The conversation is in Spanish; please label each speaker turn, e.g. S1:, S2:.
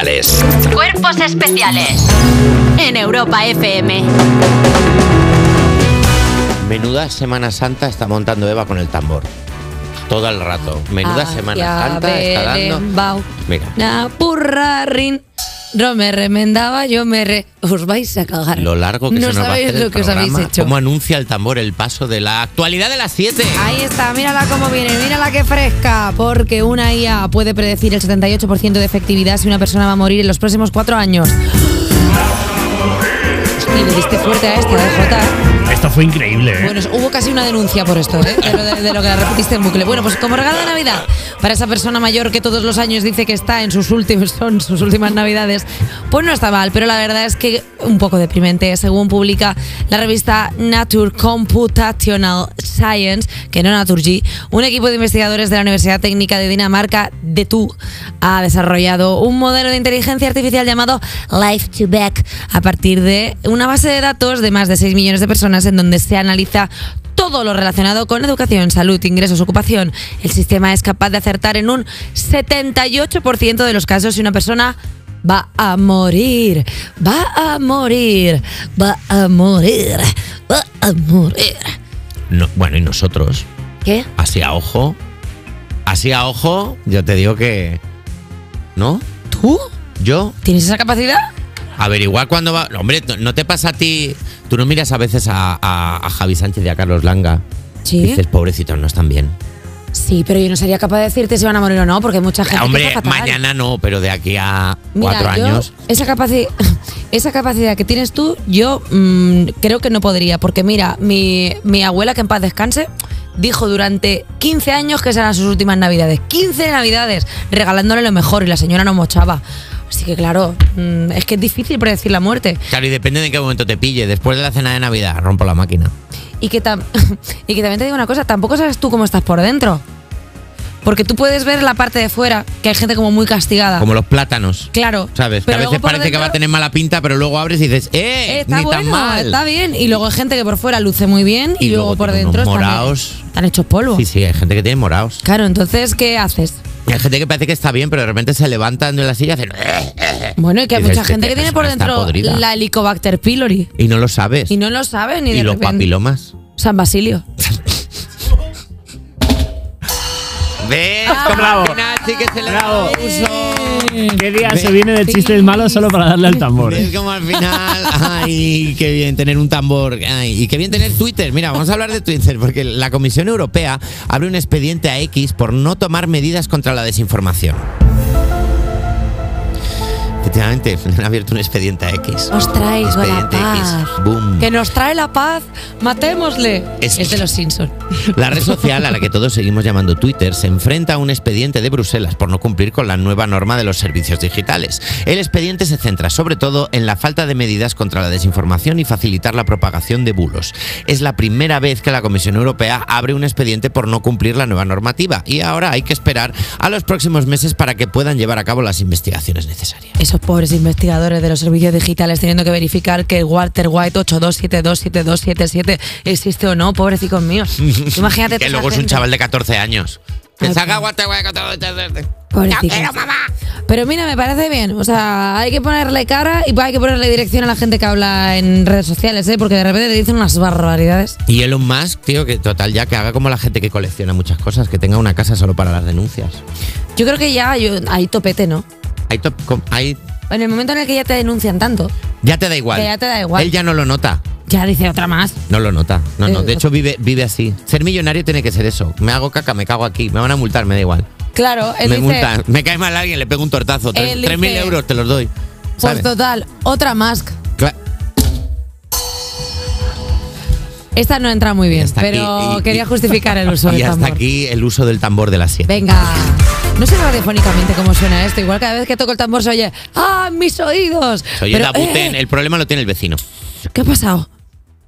S1: Especiales.
S2: Cuerpos especiales en Europa FM.
S1: Menuda Semana Santa está montando Eva con el tambor. Todo el rato. Menuda
S3: Ah,
S1: Semana Santa está dando. Mira,
S3: Una purra rin. No me remendaba, yo me re... Os vais a cagar.
S1: lo largo que se
S3: no
S1: nos va a
S3: sabéis
S1: hacer
S3: lo
S1: el
S3: que os habéis
S1: programa.
S3: hecho.
S1: ¿Cómo anuncia el tambor el paso de la actualidad de las 7?
S3: Ahí está, mírala cómo viene, mírala que fresca, porque una IA puede predecir el 78% de efectividad si una persona va a morir en los próximos cuatro años. Y le diste fuerte a esta, ¿eh, Jota?
S4: Esto fue increíble, ¿eh?
S3: Bueno, es- hubo casi una denuncia por esto, ¿eh? de, lo, de- de lo que la repetiste en bucle. Bueno, pues como regalo de Navidad, para esa persona mayor que todos los años dice que está en sus últimos, son sus últimas Navidades, pues no está mal, pero la verdad es que un poco deprimente, según publica la revista Nature Computational Science, que no Naturgy, un equipo de investigadores de la Universidad Técnica de Dinamarca, de TU, ha desarrollado un modelo de inteligencia artificial llamado Life to Back a partir de una base de datos de más de 6 millones de personas en donde se analiza todo lo relacionado con educación, salud, ingresos, ocupación. El sistema es capaz de acertar en un 78% de los casos si una persona va a morir, va a morir, va a morir, va a morir.
S1: No, bueno, y nosotros,
S3: ¿Qué?
S1: así a ojo. Así a ojo, yo te digo que. ¿No?
S3: ¿Tú?
S1: Yo,
S3: ¿Tienes esa capacidad?
S1: averiguar cuándo va. No, hombre, no- no te pasa a ti. Tú no miras a veces a, a- a Javi Sánchez y a Carlos Langa.
S3: Sí.
S1: Y dices, pobrecitos, no están bien.
S3: Sí, pero yo no sería capaz de decirte si van a morir o no, porque hay mucha gente. que
S1: Hombre,
S3: está fatal.
S1: mañana no, pero de aquí a
S3: Mira,
S1: cuatro
S3: yo,
S1: años.
S3: Esa, capaci- esa capacidad que tienes tú, yo mm, creo que no podría, porque mira, mi, mi abuela, que en paz descanse, dijo durante 15 años que serán sus últimas navidades. 15 navidades, regalándole lo mejor y la señora no mochaba. Así que claro, mm, es que es difícil predecir la muerte.
S1: Claro, y depende de en qué momento te pille. Después de la cena de Navidad, rompo la máquina.
S3: Y que, tam- y que también te digo una cosa, tampoco sabes tú cómo estás por dentro. Porque tú puedes ver la parte de fuera, que hay gente como muy castigada.
S1: Como los plátanos.
S3: Claro.
S1: ¿Sabes? Que a
S3: Ah. Pero
S1: veces
S3: luego por
S1: parece que
S3: dentro-
S1: va a tener mala pinta, pero luego abres y dices, ¡eh!
S3: Eh, está
S1: ni tan
S3: bueno,
S1: mal.
S3: está bien. Y luego hay gente que por fuera luce muy bien y,
S1: Y
S3: luego,
S1: luego
S3: por
S1: tiene
S3: dentro
S1: unos
S3: están,
S1: moraos.
S3: están hechos polvo.
S1: Sí, sí, hay gente que tiene morados.
S3: Claro, entonces, ¿qué haces?
S1: Hay gente que parece que está bien, pero de repente se levantan de la silla y hacen, "Eh",
S3: Bueno, y que hay
S1: Dices,
S3: mucha
S1: "Este
S3: gente que tiene por
S1: persona está
S3: dentro
S1: podrida".
S3: la Helicobacter pylori
S1: y no lo sabes.
S3: y no lo saben ni
S1: Y
S3: de
S1: los
S3: repente.
S1: papilomas.
S3: San Basilio.
S1: ¿Ves?
S4: Bravo.
S1: Al final sí que se le
S4: Bravo.
S1: da uso.
S4: ¿Qué día
S1: Ve-
S4: se viene de chistes malos solo para darle al tambor? eh?
S1: Es como al final, ay, qué bien tener un tambor, ay, y qué bien tener Twitter. Mira, vamos a hablar de Twitter, porque la Comisión Europea abre un expediente a X por no tomar medidas contra la desinformación. Efectivamente, han abierto un expediente a X.
S3: Os traigo la
S1: Expediente X.
S3: paz.
S1: Boom.
S3: Que nos trae la paz. Matémosle.
S1: Es-
S3: Es, de los Simpsons.
S1: La red social a la que todos seguimos llamando Twitter se enfrenta a un expediente de Bruselas por no cumplir con la nueva norma de los servicios digitales. El expediente se centra sobre todo en la falta de medidas contra la desinformación y facilitar la propagación de bulos. Es la primera vez que la Comisión Europea abre un expediente por no cumplir la nueva normativa y ahora hay que esperar a los próximos meses para que puedan llevar a cabo las investigaciones necesarias.
S3: Esos pobres investigadores de los servicios digitales teniendo que verificar que el Walter White 82727277 existe o no, pobrecitos míos. Imagínate. toda
S1: Que
S3: esa
S1: luego es un
S3: gente.
S1: chaval de 14 años.
S3: Ay,
S1: Que saca
S3: qué-
S1: guateguay, guateguay. ¡No
S3: Pobrecitos.
S1: quiero, mamá!
S3: Pero mira, me parece bien. O sea, hay que ponerle cara y hay que ponerle dirección a la gente que habla en redes sociales, ¿eh? Porque de repente te dicen unas barbaridades.
S1: Y Elon Musk, tío, que total, ya que haga como la gente que colecciona muchas cosas, que tenga una casa solo para las denuncias.
S3: Yo creo que ya yo, hay topete, ¿no?
S1: Ahí, top- com- ahí
S3: En el momento en el que ya te denuncian tanto,
S1: ya te da igual.
S3: Que ya te da igual.
S1: Él ya no lo nota.
S3: ya dice otra más.
S1: No lo nota. No, no. De
S3: Eh,
S1: hecho, vive, vive así. Ser millonario tiene que ser eso. Me hago caca, me cago aquí. Me van a multar, me da igual.
S3: Claro, él
S1: me
S3: dice,
S1: multan. Me cae mal alguien, le pego un tortazo. Tres
S3: Él
S1: tres mil
S3: dice-
S1: euros te los doy.
S3: pues
S1: ¿Sabes?
S3: total, otra más.
S1: Cla-
S3: Esta no entra muy bien,
S1: hasta
S3: pero
S1: aquí, y-
S3: quería
S1: y-
S3: justificar el uso
S1: Y
S3: del
S1: hasta
S3: tambor.
S1: aquí el uso del tambor de la sierra.
S3: Venga. No sé radiofónicamente cómo suena esto. Igual cada vez que toco el tambor se oye ¡Ah, mis oídos!
S1: Soy
S3: Pero,
S1: el
S3: eh,
S1: el problema lo tiene el vecino.
S3: ¿Qué ha pasado?